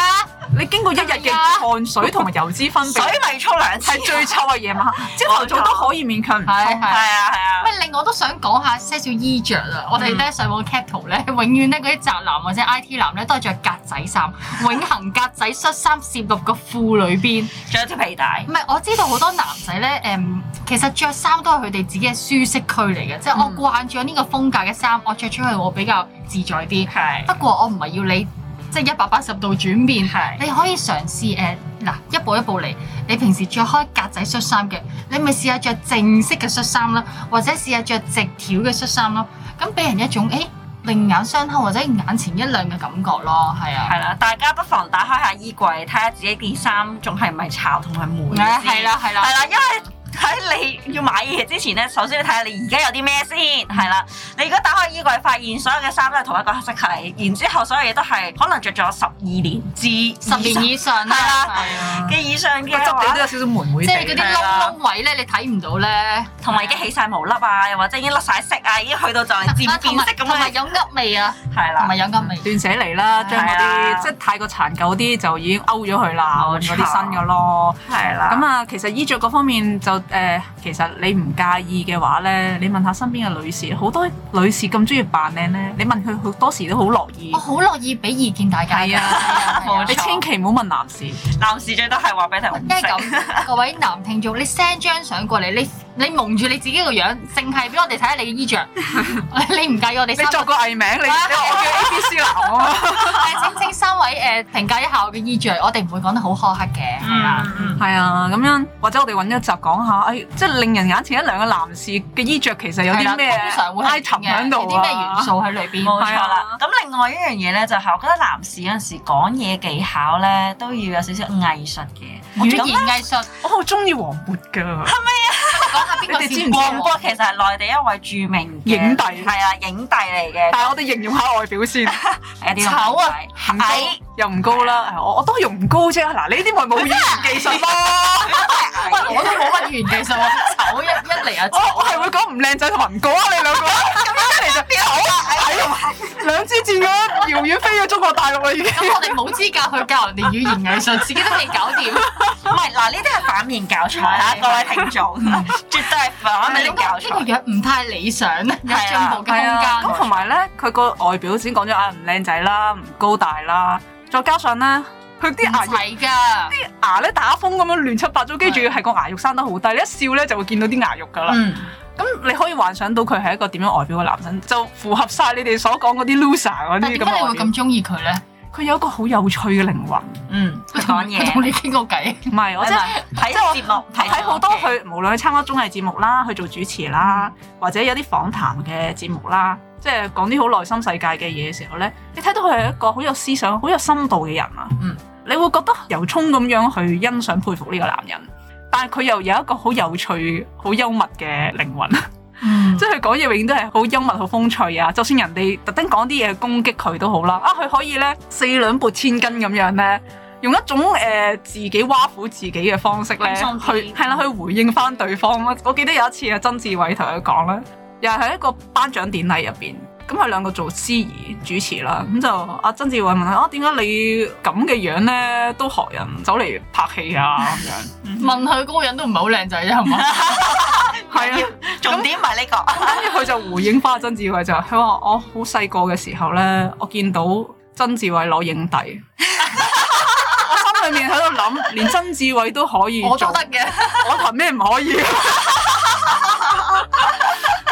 [SPEAKER 2] 你經過一日嘅汗水同埋油脂分
[SPEAKER 3] 所
[SPEAKER 2] 泌，
[SPEAKER 3] 以咪要沖兩次。
[SPEAKER 2] 係最臭嘅夜晚黑，朝頭早都可以勉強
[SPEAKER 1] 係
[SPEAKER 2] 唔沖。
[SPEAKER 3] 係
[SPEAKER 1] 係。
[SPEAKER 3] 啊係啊。
[SPEAKER 1] 咩？另外我都想講下些少衣着啊！我哋咧上網 cap 圖咧， 永遠咧嗰啲宅男或者 IT 男咧都係着格仔衫， 永恆格仔恤衫攝入個褲裏邊。
[SPEAKER 3] 仲有條皮帶
[SPEAKER 1] 唔。係，我知道好多男仔咧，誒、其實着衫都係佢哋自己嘅舒適區嚟嘅，即係我
[SPEAKER 2] 嗯
[SPEAKER 1] 慣咗呢個風格嘅衫，我着出去我比較自在啲。
[SPEAKER 3] 係
[SPEAKER 1] 不過我唔係要你即係一百八十度轉變，
[SPEAKER 3] 係
[SPEAKER 1] 你可以嘗試誒嗱、一步一步嚟。你平時着開格仔恤衫嘅，你咪試下着正式嘅恤衫啦，或者試下着直條嘅恤衫咯。咁俾人一種誒、欸另眼相看或者眼前一亮嘅感覺咯，係啊。
[SPEAKER 3] 係啦，大家不妨打開下衣櫃，睇下自己件衫仲係唔係潮同埋霉先。
[SPEAKER 1] 誒係啦係啦
[SPEAKER 3] 係，啦，因為喺你要買嘢之前咧，首先你睇下你而家有啲咩先，係啦。你如果打開衣櫃，發現所有嘅衫都係同一個色系，然之後所有嘢都係可能着咗十二年至
[SPEAKER 1] 十年以上啦，
[SPEAKER 3] 係啦
[SPEAKER 1] 係 啊。
[SPEAKER 3] 嘅以上嘅
[SPEAKER 2] 個質地都
[SPEAKER 3] 話，
[SPEAKER 2] 有少少霉霉
[SPEAKER 1] 即係嗰
[SPEAKER 2] 地。
[SPEAKER 1] 啲窿窿位咧，你睇唔到咧。
[SPEAKER 3] 同埋已經起晒毛粒啊，又或者已經甩晒色啊，已經去到就係
[SPEAKER 1] 啊
[SPEAKER 3] 漸
[SPEAKER 1] 同
[SPEAKER 3] 變
[SPEAKER 1] 埋
[SPEAKER 3] 色
[SPEAKER 1] 同埋
[SPEAKER 3] 咁樣，
[SPEAKER 1] 有噏味啊，
[SPEAKER 3] 係
[SPEAKER 1] 同
[SPEAKER 3] 啦
[SPEAKER 1] 埋。有噏味。
[SPEAKER 2] 嗯 斷捨離啦，將嗰
[SPEAKER 3] 係啊
[SPEAKER 2] 啲即係太過殘舊嗰啲就已經勾咗佢啦，
[SPEAKER 3] 冇
[SPEAKER 2] 換
[SPEAKER 3] 錯
[SPEAKER 2] 嗰啲新嘅咯。
[SPEAKER 3] 係啦，
[SPEAKER 2] 咁啊，其實衣着嗰方面就誒、其實你唔介意嘅話咧，你問下身邊嘅女士，好多女士咁中意扮靚咧，你問佢好多時都好樂意
[SPEAKER 1] 我。好樂意俾意見大家㗎。
[SPEAKER 2] 係啊
[SPEAKER 1] 係啊
[SPEAKER 2] 你千祈唔好問男士，
[SPEAKER 3] 男士最多係話俾你聽，我唔
[SPEAKER 1] 因為
[SPEAKER 3] 識
[SPEAKER 1] 咁，各位男聽眾，你 send 張相過嚟，你你蒙住你自己個樣，淨係俾我哋睇下你嘅衣 着。你唔介意我哋
[SPEAKER 2] 你
[SPEAKER 1] 三
[SPEAKER 2] 作
[SPEAKER 1] 個
[SPEAKER 2] 個藝名， 你你我叫 A B C 男啊嘛。
[SPEAKER 1] 誒請請三位誒評價一下我嘅衣着，我哋唔會講得好苛刻嘅，係啊。
[SPEAKER 3] 嗯嗯
[SPEAKER 2] 係啊，咁樣或者我哋揾一集講下，誒，即係令人眼前一亮嘅男士嘅衣着其實有
[SPEAKER 1] 係啦
[SPEAKER 2] 啲咩
[SPEAKER 1] 通常會係
[SPEAKER 2] item
[SPEAKER 1] 點嘅
[SPEAKER 2] 喺度啊
[SPEAKER 1] 有啲咩元素喺裏邊？
[SPEAKER 3] 冇錯
[SPEAKER 2] 係
[SPEAKER 3] 啦
[SPEAKER 2] 啊。
[SPEAKER 3] 咁另外一樣嘢咧，就係我覺得男士有陣時講嘢技巧咧，都要有少少藝術嘅。
[SPEAKER 1] 語言藝術，
[SPEAKER 2] 我好中意黃渤㗎，
[SPEAKER 1] 講下邊個
[SPEAKER 2] 你哋知
[SPEAKER 1] 先
[SPEAKER 2] 唔知
[SPEAKER 3] 黃
[SPEAKER 2] 啊
[SPEAKER 3] 渤其實係內地一位著名嘅
[SPEAKER 2] 影帝
[SPEAKER 3] 係啊，影帝嚟嘅，
[SPEAKER 2] 但係我哋形容下外表 先，唔
[SPEAKER 3] 有啲
[SPEAKER 1] 醜啊
[SPEAKER 3] 咁矮，
[SPEAKER 2] 又唔高啦，我我都用唔高啫。嗱，你呢啲咪冇語言 技術咯，
[SPEAKER 1] 喂，
[SPEAKER 3] 矮
[SPEAKER 1] 我都冇乜語言技術，我醜一一嚟啊！
[SPEAKER 2] 我我係會講唔靚仔同埋唔高啊，你 兩個咁樣嚟就變好啊，兩支箭咁樣遙遠飛咗中國大陸啦已經。
[SPEAKER 1] 咁我哋冇資格去教人哋語言藝術，自己都未搞掂。
[SPEAKER 3] 唔係嗱，呢啲係反面教材啊，
[SPEAKER 1] 係
[SPEAKER 3] 各位聽眾，絕對係
[SPEAKER 2] 啊
[SPEAKER 3] 反面教
[SPEAKER 1] 呢個
[SPEAKER 3] 材。
[SPEAKER 1] 樣唔太理想，有進步嘅空
[SPEAKER 2] 係啊，
[SPEAKER 1] 間。
[SPEAKER 2] 咁同埋咧，佢個外表先講咗啊，唔靚仔啦，唔高大啦，再加上咧，佢啲
[SPEAKER 1] 唔
[SPEAKER 2] 牙肉
[SPEAKER 1] 齊㗎，
[SPEAKER 2] 牙咧打風咁樣亂七八糟，跟住仲要係個牙肉生得好低，你一笑咧就會見到啲牙肉㗎啦。
[SPEAKER 3] 嗯，
[SPEAKER 2] 咁你可以幻想到佢係一個點樣外表嘅男生，就符合晒你哋所講嗰啲 loser 嗰
[SPEAKER 1] 但
[SPEAKER 2] 啲
[SPEAKER 1] 點解你
[SPEAKER 2] 咁嘅外
[SPEAKER 1] 會
[SPEAKER 2] 表
[SPEAKER 1] 咁。中意佢咧？
[SPEAKER 2] 佢有一個好有趣嘅靈魂，
[SPEAKER 3] 嗯，佢 講
[SPEAKER 1] 我
[SPEAKER 3] 嘢
[SPEAKER 1] 同，你傾過偈，
[SPEAKER 2] 唔係我
[SPEAKER 3] 我
[SPEAKER 2] 真
[SPEAKER 3] 真
[SPEAKER 2] 係
[SPEAKER 3] 係睇節目
[SPEAKER 2] 我睇好多
[SPEAKER 3] 節目
[SPEAKER 2] 佢，無論佢參加綜藝節目啦，去做主持啦，或者有啲訪談嘅節目啦，即係講啲好內心世界嘅嘢嘅時候咧，你睇到佢係一個好有思想、好有深度嘅人啊。
[SPEAKER 3] 嗯，
[SPEAKER 2] 你會覺得由衷咁樣去欣賞、佩服呢個男人，但係佢又有一個好有趣、好幽默嘅靈魂。
[SPEAKER 1] 嗯
[SPEAKER 2] 即係佢講嘢永遠都係好幽默、好風趣啊！就算人哋特登講啲嘢攻擊佢都好啦，啊佢可以咧四兩撥千斤咁樣咧，用一種誒、呃自己挖苦自己嘅方式咧，
[SPEAKER 3] 輕鬆啲
[SPEAKER 2] 去係啦去回應翻對方啦。我記得有一次啊，曾志偉同佢講啦，又係喺一個頒獎典禮入邊。咁佢兩個做司儀主持啦，咁就阿曾志偉問佢：啊點解你咁嘅樣咧都學人走嚟拍戲啊咁樣？
[SPEAKER 1] 問佢嗰個人都唔係好靚仔啫，係嘛？
[SPEAKER 2] 係 啊。
[SPEAKER 3] 重點唔係呢個。
[SPEAKER 2] 跟住佢就回應翻曾志偉就係，佢話我好細個嘅時候咧，我見到曾志偉攞影帝，我心裏面喺度諗，連曾志偉都可以
[SPEAKER 1] 我
[SPEAKER 2] 做
[SPEAKER 1] 都，得嘅，
[SPEAKER 2] 我憑咩唔可以？咁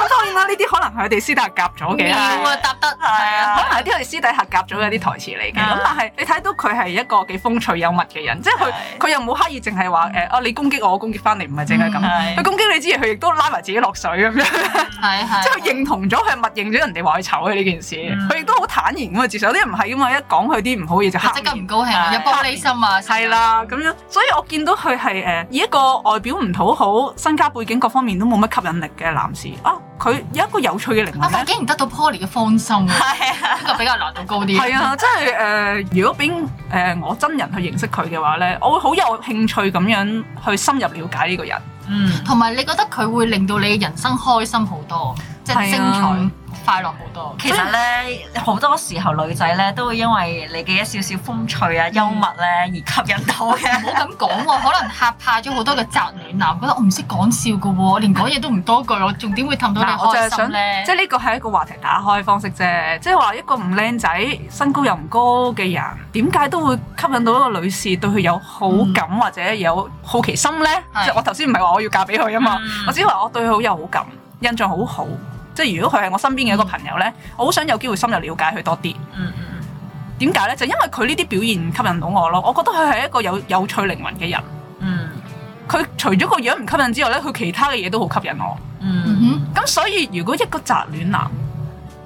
[SPEAKER 2] 當然啦，呢啲可能係佢哋私底下夾咗嘅
[SPEAKER 1] 妙。啊，答得
[SPEAKER 3] 係啊
[SPEAKER 2] 可能係啲我哋私底下夾咗嘅一啲台詞嚟嘅，
[SPEAKER 3] 啊
[SPEAKER 2] 咁但係你睇到佢係一個幾風趣幽默嘅人，即係佢
[SPEAKER 3] 係
[SPEAKER 2] 佢又冇刻意淨係話誒啊你攻擊我，我攻擊翻你，唔係淨係咁，
[SPEAKER 3] 係
[SPEAKER 2] 佢攻擊你之餘，佢亦都拉埋自己落水咁樣。
[SPEAKER 1] 係係，啊
[SPEAKER 2] 即係佢認同咗，佢係默認咗人哋話佢醜嘅呢件事，
[SPEAKER 3] 嗯
[SPEAKER 2] 佢亦都好坦然咁去接受。有啲人唔係噶嘛，一講佢啲唔好嘢就
[SPEAKER 1] 即
[SPEAKER 2] 黑
[SPEAKER 1] 刻
[SPEAKER 2] 面
[SPEAKER 1] 唔高興啊，
[SPEAKER 3] 係
[SPEAKER 1] 有玻璃心啊，
[SPEAKER 2] 係啦咁樣。所以我見到佢係誒以一個外表唔討好、身家背景各方面都冇乜吸引力嘅男士啊，佢有一個有趣嘅靈
[SPEAKER 1] 啊，
[SPEAKER 2] 魂
[SPEAKER 1] 但係
[SPEAKER 2] 咧。
[SPEAKER 1] 竟然得到 Poly 嘅芳心喎，
[SPEAKER 3] 係啊，
[SPEAKER 1] 呢個比較難度高啲。
[SPEAKER 2] 係啊，即係誒、如果俾誒、我真人去認識佢嘅話咧，我會好有興趣咁樣去深入了解呢個人。
[SPEAKER 3] 嗯。
[SPEAKER 1] 同埋你覺得佢會令到你嘅人生開心好多，即係
[SPEAKER 2] 係
[SPEAKER 1] 精彩、
[SPEAKER 2] 啊
[SPEAKER 1] 快樂好多。
[SPEAKER 3] 其實咧，好多時候女仔咧都會因為你嘅一少少風趣啊、幽默咧而吸引到
[SPEAKER 1] 唔
[SPEAKER 3] 嘅。
[SPEAKER 1] 好咁講喎，可能嚇怕咗好多嘅宅女男，覺得我唔識講笑嘅喎，連講嘢都唔多句，我仲點會氹到你
[SPEAKER 2] 嗱，我就
[SPEAKER 1] 開
[SPEAKER 2] 係
[SPEAKER 1] 心
[SPEAKER 2] 想，
[SPEAKER 1] 咧
[SPEAKER 2] 即？係呢個係一個話題打開方式啫。即係話一個唔靚仔、身高又唔高嘅人，點解都會吸引到一個女士對佢有好感、或者有好奇心呢？
[SPEAKER 1] 係
[SPEAKER 2] 即係我頭先唔係話我要嫁俾佢啊嘛，
[SPEAKER 3] 嗯
[SPEAKER 2] 我只係話我對佢好有好感，印象好好。即係如果佢係我身邊嘅一個朋友呢，我好想有機會深入了解佢多啲。
[SPEAKER 3] 嗯嗯
[SPEAKER 2] 點解呢？就因為佢呢啲表現唔吸引到我咯。我覺得佢係一個有有趣靈魂嘅人。
[SPEAKER 3] 嗯
[SPEAKER 2] 佢除咗個樣唔吸引之外呢，佢其他嘅嘢都好吸引我。
[SPEAKER 1] 嗯
[SPEAKER 3] 嗯
[SPEAKER 1] 哼，
[SPEAKER 2] 咁所以如果一個宅戀男，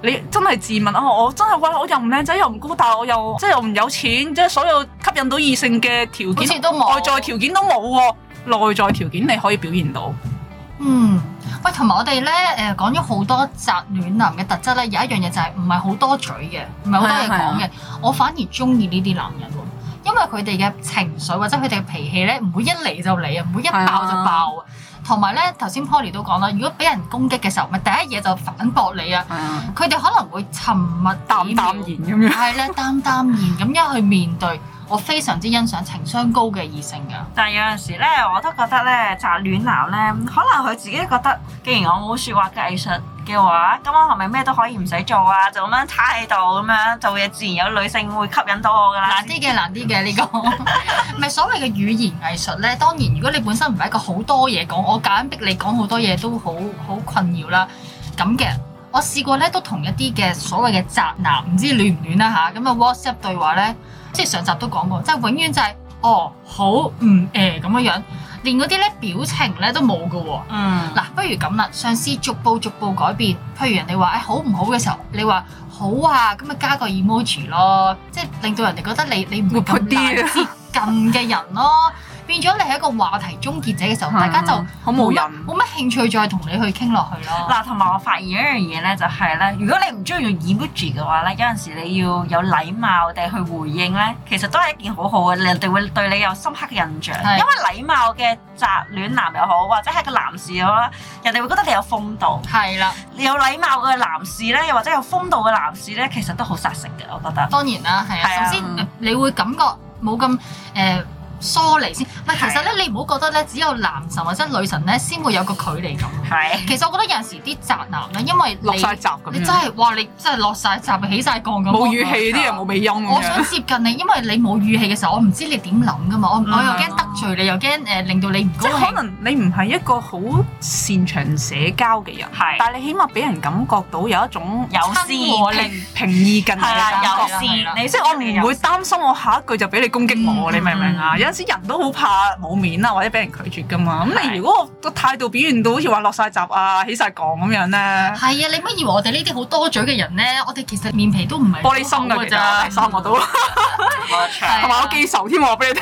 [SPEAKER 2] 你真係自問啊，我真係喂，我又唔靚仔又唔高大，我又即係又唔有錢，即係所有吸引到異性嘅條
[SPEAKER 1] 好
[SPEAKER 2] 件
[SPEAKER 1] 似都冇
[SPEAKER 2] 外在條件都冇喎。內在條件你可以表現到，
[SPEAKER 1] 嗯。喂，同埋我哋咧，誒講咗好多宅暖男嘅特質咧，有一樣嘢就係唔係好多嘴嘅，唔係好多嘢講嘅。我反而中意呢啲男人喎，因為佢哋嘅情緒或者佢哋嘅脾氣咧，唔會一嚟就嚟啊，唔會一爆就爆啊。同埋咧，頭先 Poly 都講啦，如果俾人攻擊嘅時候，咪第一嘢就反駁你啊。佢哋可能會沉默幾
[SPEAKER 2] 淡
[SPEAKER 1] 秒
[SPEAKER 2] 淡然咁樣。
[SPEAKER 1] 係咧，淡淡然咁樣去面對，我非常之欣賞情商高嘅異性㗎。
[SPEAKER 3] 但係有陣時咧，我都覺得咧，宅戀男咧，可能佢自己都覺得，既然我冇説話嘅藝術嘅話，咁我係咪咩都可以唔使做啊？就咁樣攤喺度咁樣做嘢，自然有女性會吸引到我噶啦
[SPEAKER 1] 難。啲嘅，難啲嘅呢個，咪所謂嘅語言藝術咧。當然，如果你本身唔係一個好多嘢講，我夾硬逼你講好多嘢都好好困擾啦。咁嘅，我試過咧都同一啲嘅所謂嘅宅男，唔知暖唔暖啦吓，咁啊 WhatsApp 對話咧，即係上集都講過，即係永遠就係、哦好嗯誒咁樣樣，連嗰啲咧表情咧都冇㗎喎。
[SPEAKER 3] 嗯，
[SPEAKER 1] 嗱，不如咁啦，上司逐步逐步改變。譬如人哋話誒好唔好嘅時候，你話好啊，咁咪加個 emoji 咯，即係令到人哋覺得你你唔會
[SPEAKER 2] 活潑
[SPEAKER 1] 咁大
[SPEAKER 2] 啲啊
[SPEAKER 1] 接近嘅人咯。變咗你係一個話題終結者嘅時候，大家就
[SPEAKER 2] 嗯好冇
[SPEAKER 1] 乜
[SPEAKER 2] 癮。
[SPEAKER 1] 冇乜興趣再同你去傾落去咯。
[SPEAKER 3] 嗱，同埋我發現一樣嘢咧，就係咧，如果你唔中意用 emoji 嘅話咧，有陣時你要有禮貌地去回應咧，其實都係一件好好嘅，人哋會對你有深刻嘅印象。
[SPEAKER 1] 係
[SPEAKER 3] 因為禮貌嘅宅戀男又好，或者係個男士又好啦，人哋會覺得你有風度。
[SPEAKER 1] 係啦，
[SPEAKER 3] 你有禮貌嘅男士咧，又或者有風度嘅男士咧，其實都好殺食嘅，我覺得。
[SPEAKER 1] 當然啦，係
[SPEAKER 3] 係啊
[SPEAKER 1] 啊。首先
[SPEAKER 2] 嗯
[SPEAKER 1] 你會感覺冇咁誒疏離先。唔係，其實咧你唔好覺得咧，只有男神或者女神咧先會有個距離感。
[SPEAKER 3] 係。
[SPEAKER 1] 其實我覺得有陣時啲宅男咧，因為你
[SPEAKER 2] 落晒閘咁
[SPEAKER 1] 你真
[SPEAKER 2] 樣，
[SPEAKER 1] 係哇！你真係落晒閘，起晒槓咁。
[SPEAKER 2] 冇語氣啲人冇尾音
[SPEAKER 1] 我
[SPEAKER 2] 咁
[SPEAKER 1] 想
[SPEAKER 2] 樣。
[SPEAKER 1] 接近你，因為你冇語氣嘅時候，我唔知你點諗噶嘛。我我
[SPEAKER 3] 嗯
[SPEAKER 1] 又驚得罪你，又驚誒令到你唔
[SPEAKER 2] 即
[SPEAKER 1] 高
[SPEAKER 2] 係可
[SPEAKER 1] 興。
[SPEAKER 2] 能你唔係一個好擅長社交嘅人，
[SPEAKER 3] 係
[SPEAKER 2] 但係你起碼俾人感覺到有一種
[SPEAKER 3] 友善
[SPEAKER 2] 親和力平易近人
[SPEAKER 3] 係
[SPEAKER 2] 嘅
[SPEAKER 3] 啦，
[SPEAKER 2] 感覺
[SPEAKER 3] 友
[SPEAKER 1] 有
[SPEAKER 3] 善，
[SPEAKER 1] 啊係啦
[SPEAKER 3] 你
[SPEAKER 2] 即係我唔會擔心我下一句就俾你攻擊我，
[SPEAKER 1] 嗯
[SPEAKER 2] 你明唔明啊？有陣時人都好怕冇面啊，或者俾人拒絕噶嘛。咁你如果我個態度表現到好似話落晒閘啊、起晒槓咁樣咧，
[SPEAKER 1] 係啊，你乜以為我哋呢啲好多嘴嘅人咧？我哋其實面皮都唔係
[SPEAKER 2] 玻璃心
[SPEAKER 1] 好厚啊
[SPEAKER 2] 㗎，其實我第三個都，
[SPEAKER 3] 我
[SPEAKER 1] 係啊
[SPEAKER 2] 同埋我記仇添喎，我 俾你聽。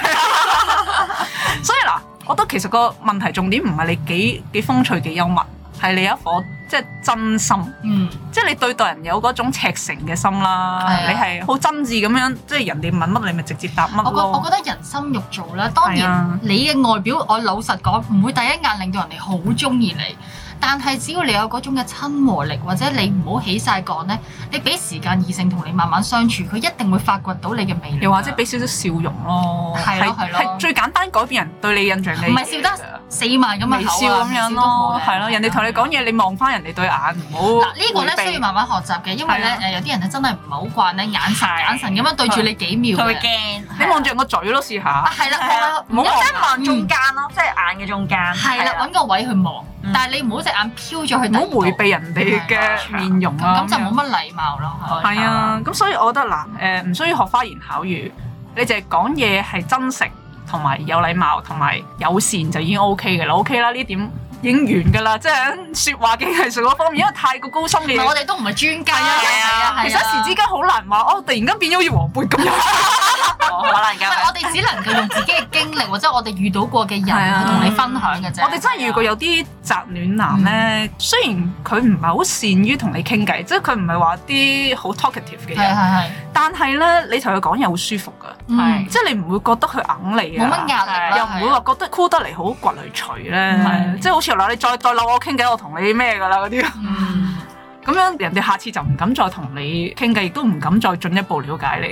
[SPEAKER 2] 所以嗱，我覺得其實個問題重點唔係你幾幾風趣幾幽默，係你有一顆即係真心。
[SPEAKER 1] 嗯，
[SPEAKER 2] 即係你對待人有嗰種赤誠嘅心啦，
[SPEAKER 1] 係啊
[SPEAKER 2] 你係好真摯咁樣，即係人哋問乜你咪直接答乜
[SPEAKER 1] 我覺我
[SPEAKER 2] 咯。
[SPEAKER 1] 覺得人心肉做啦。當
[SPEAKER 2] 係
[SPEAKER 1] 然
[SPEAKER 2] 啊
[SPEAKER 1] 你嘅外表，我老實講唔會第一眼令到人哋好中意你。但係只要你有嗰種嘅親和力，或者你唔好起晒槓咧，你俾時間異性同你慢慢相處，佢一定會發掘到你嘅魅力㗎。
[SPEAKER 2] 又或者俾少少笑容咯，
[SPEAKER 1] 係咯係咯
[SPEAKER 2] 啊係最簡單改變人對你印象嘅嘢
[SPEAKER 1] 唔係笑得四萬咁嘅口啊
[SPEAKER 2] 微笑咁樣咯，係咯，人哋同你。
[SPEAKER 1] 微笑都
[SPEAKER 2] 講
[SPEAKER 1] 好靚
[SPEAKER 2] 嘢，你望翻人哋對眼，唔好
[SPEAKER 1] 嗱呢個咧
[SPEAKER 2] 迴避
[SPEAKER 1] 需要慢慢學習嘅，因為咧
[SPEAKER 2] 係啊啊
[SPEAKER 1] 誒有啲人咧真係唔係好慣咧眼神
[SPEAKER 3] 係
[SPEAKER 1] 眼神咁樣對住你幾秒
[SPEAKER 3] 佢會
[SPEAKER 1] 嘅。
[SPEAKER 3] 驚。
[SPEAKER 2] 你望住我嘴咯，試
[SPEAKER 1] 啊
[SPEAKER 2] 下。
[SPEAKER 1] 係啦
[SPEAKER 3] 係
[SPEAKER 1] 係
[SPEAKER 3] 啊
[SPEAKER 1] 啦，
[SPEAKER 2] 唔好
[SPEAKER 1] 有
[SPEAKER 2] 望
[SPEAKER 3] 即
[SPEAKER 1] 隻
[SPEAKER 3] 係望中
[SPEAKER 1] 中
[SPEAKER 3] 間咯，即係眼嘅中間。啊
[SPEAKER 1] 係啦，揾個位去望
[SPEAKER 3] 嗯，
[SPEAKER 1] 但係你唔好隻眼飄咗去第二
[SPEAKER 2] 啊唔好
[SPEAKER 1] 度。
[SPEAKER 2] 迴避人哋嘅面容啊，
[SPEAKER 1] 咁就冇乜禮貌咯。係
[SPEAKER 2] 係啊，咁所以我覺得嗱，誒、唔需要學花言巧語，你就係講嘢係真誠同埋有禮貌同埋友善就已經 O K 嘅啦，O K 啦，呢點已經完㗎啦，即係喺説話嘅藝術嗰方面，因為太過高深嘅
[SPEAKER 1] 唔係我
[SPEAKER 2] 嘢，
[SPEAKER 1] 哋都唔係專家，
[SPEAKER 2] 係啊
[SPEAKER 3] 係啊
[SPEAKER 1] 係啊
[SPEAKER 2] 其實一時之間好難話，哦，突然間變咗好似黃渤咁樣，
[SPEAKER 1] 唔
[SPEAKER 2] 啊
[SPEAKER 3] 可能啊
[SPEAKER 1] 係我哋只能夠用自己嘅經歷或者我哋遇到過嘅人
[SPEAKER 2] 係啊
[SPEAKER 1] 去同你分享嘅啫。
[SPEAKER 2] 我哋真係遇過有啲宅暖男
[SPEAKER 1] 嗯
[SPEAKER 2] 咧，雖然佢唔係好善於同你傾偈，即係佢唔係話啲好 talkative
[SPEAKER 1] 係
[SPEAKER 2] 嘅
[SPEAKER 1] 係
[SPEAKER 2] 人，
[SPEAKER 1] 係
[SPEAKER 2] 但係咧你同佢講嘢好舒服㗎，
[SPEAKER 1] 嗯，
[SPEAKER 2] 即係你唔會覺得佢硬你
[SPEAKER 1] 冇
[SPEAKER 2] 啊。
[SPEAKER 1] 乜壓力啦，
[SPEAKER 2] 又唔會
[SPEAKER 1] 係啊
[SPEAKER 2] 話覺得酷得嚟好掘嚟除咧
[SPEAKER 1] 係，
[SPEAKER 2] 即係好似嗱你再再扭我傾偈，我同你咩㗎啦嗰啲，
[SPEAKER 1] 嗯
[SPEAKER 2] 咁樣人哋下次就唔敢再同你傾偈，亦都唔敢再進一步了解你。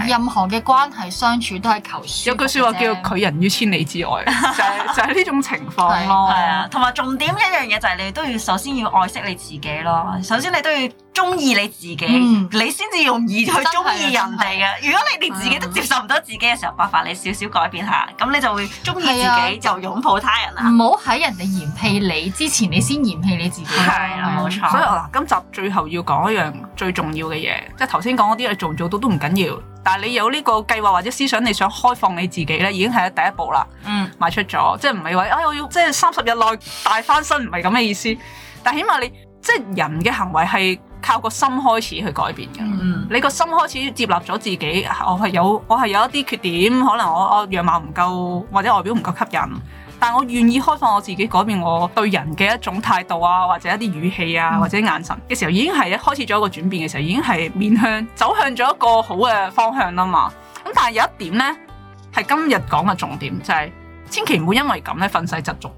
[SPEAKER 2] 係
[SPEAKER 1] 任何嘅關係相處都係求舒
[SPEAKER 2] 有
[SPEAKER 1] 服
[SPEAKER 2] 句説話
[SPEAKER 1] 嘅啫
[SPEAKER 2] 叫拒人於千里之 外，就係就係呢種情況咯。
[SPEAKER 3] 係啊，同埋重點一樣嘢就係你都要首先要愛惜你自己咯，首先你都要中意你自己，
[SPEAKER 1] 嗯
[SPEAKER 3] 你先至容易去
[SPEAKER 1] 真係啊
[SPEAKER 3] 中意人
[SPEAKER 1] 真
[SPEAKER 3] 哋嘅。如果你連自己都接受唔到自己嘅時候，麻煩你少少改變下，咁你就會中意自
[SPEAKER 1] 係啊嗯
[SPEAKER 3] 己，就擁抱他人啦。
[SPEAKER 1] 唔好喺人哋嫌棄你之前，你先嫌棄你自己。
[SPEAKER 3] 係啦，冇
[SPEAKER 2] 啊所以
[SPEAKER 3] 錯。
[SPEAKER 2] 我嗱，今集最後要講一樣最重要嘅嘢，即係頭先講嗰啲你做唔做到都唔緊要，但係你有呢個計劃或者思想，你想開放你自己咧，已經係第一步啦，
[SPEAKER 3] 嗯，
[SPEAKER 2] 邁出咗，即係唔係話哎我要即係三十日內大翻身，唔係咁嘅意思，但係起碼你即係人嘅行為係靠個心開始去改變嘅。
[SPEAKER 3] 嗯，
[SPEAKER 2] 你個心開始接納咗自己，我係有我係有一啲缺點，可能我我樣貌唔夠或者外表唔夠吸引，但我願意開放我自己，改變我對人嘅一種態度啊，或者一啲語氣啊，
[SPEAKER 1] 嗯
[SPEAKER 2] 或者眼神嘅時候，已經係開始咗一個轉變嘅時候，已經係面向走向咗一個好嘅方向啦嘛。咁但係有一點呢，係今日講嘅重點就係、千祈唔好因為咁咧憤世嫉俗，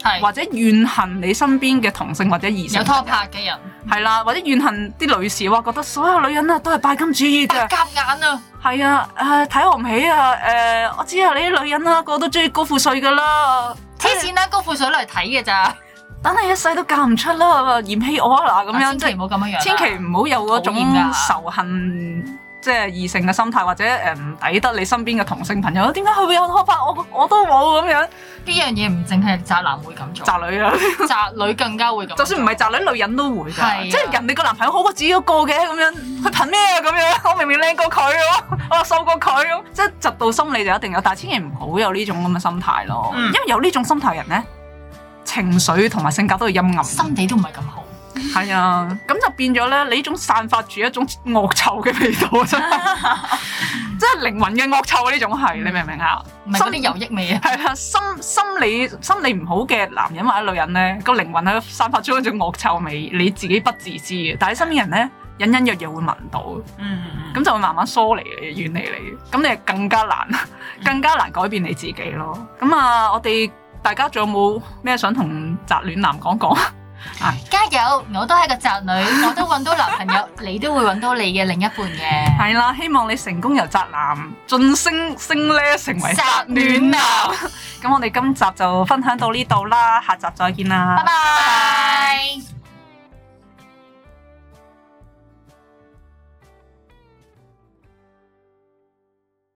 [SPEAKER 1] 係
[SPEAKER 2] 或者怨恨你身邊嘅同性或者異性
[SPEAKER 1] 有拖拍嘅人，
[SPEAKER 2] 係啦，或者怨恨啲女士，哇，覺得所有女人啊都係拜金主義嘅。
[SPEAKER 1] 夾硬啊！
[SPEAKER 2] 係啊，誒、睇我唔起啊，誒、我知啊，你啲女人啦、個個都中意高富帥噶啦，
[SPEAKER 1] 黐線啦，高富帥攞嚟睇嘅咋，
[SPEAKER 2] 等你一世都嫁唔出啦，嫌棄我啊嗱咁樣，
[SPEAKER 1] 千
[SPEAKER 2] 即
[SPEAKER 1] 祈
[SPEAKER 2] 係
[SPEAKER 1] 唔好咁樣樣啦，
[SPEAKER 2] 千祈唔好有嗰種
[SPEAKER 1] 討厭㗎
[SPEAKER 2] 仇恨。即係異性嘅心態，或者誒唔抵得你身邊嘅同性朋友，點解佢會有拖拍？我我都冇咁樣，
[SPEAKER 1] 呢樣嘢唔淨係宅男會咁做，
[SPEAKER 2] 宅女啊！
[SPEAKER 1] 宅女更加會咁做。
[SPEAKER 2] 就算唔係宅女，女人都會㗎。
[SPEAKER 1] 係啊
[SPEAKER 2] 即係人哋個男朋友好過自己嗰個嘅咁樣，佢憑咩啊咁樣？我明明靚過佢喎， 我瘦過佢咁，即係窒到心理就一定有，但係千祈唔好有呢種咁嘅心態咯。
[SPEAKER 3] 嗯
[SPEAKER 2] 因為有呢種心態嘅人咧，情緒同埋性格都係陰暗。
[SPEAKER 1] 心地都唔係咁好，
[SPEAKER 2] 係啊，咁就變咗咧，你呢種散發住一種惡臭嘅味 道真係，即係靈魂嘅惡臭啊呢種係，你明唔明啊？
[SPEAKER 1] 唔係嗰啲油益味啊。
[SPEAKER 2] 係啦，心心理心理唔好嘅男人或者女人咧，個靈魂喺度散發出一種惡臭味，你自己不自知嘅，但係身邊人咧隱隱約約會聞到，
[SPEAKER 3] 嗯，
[SPEAKER 2] 咁就會慢慢疏離你、遠離你，咁你就更加難， 更加難改變你自己咯。咁啊，我哋大家仲有冇咩想同宅戀男講 講？
[SPEAKER 1] 加油！我都係個宅女，我都揾到男朋友， 你都會揾到你嘅另一半嘅。
[SPEAKER 2] 係啦，希望你成功由宅男晉升升咧成為宅戀啊男。 咁我哋今集就分享到呢度啦，下集再見啦，
[SPEAKER 1] 拜拜。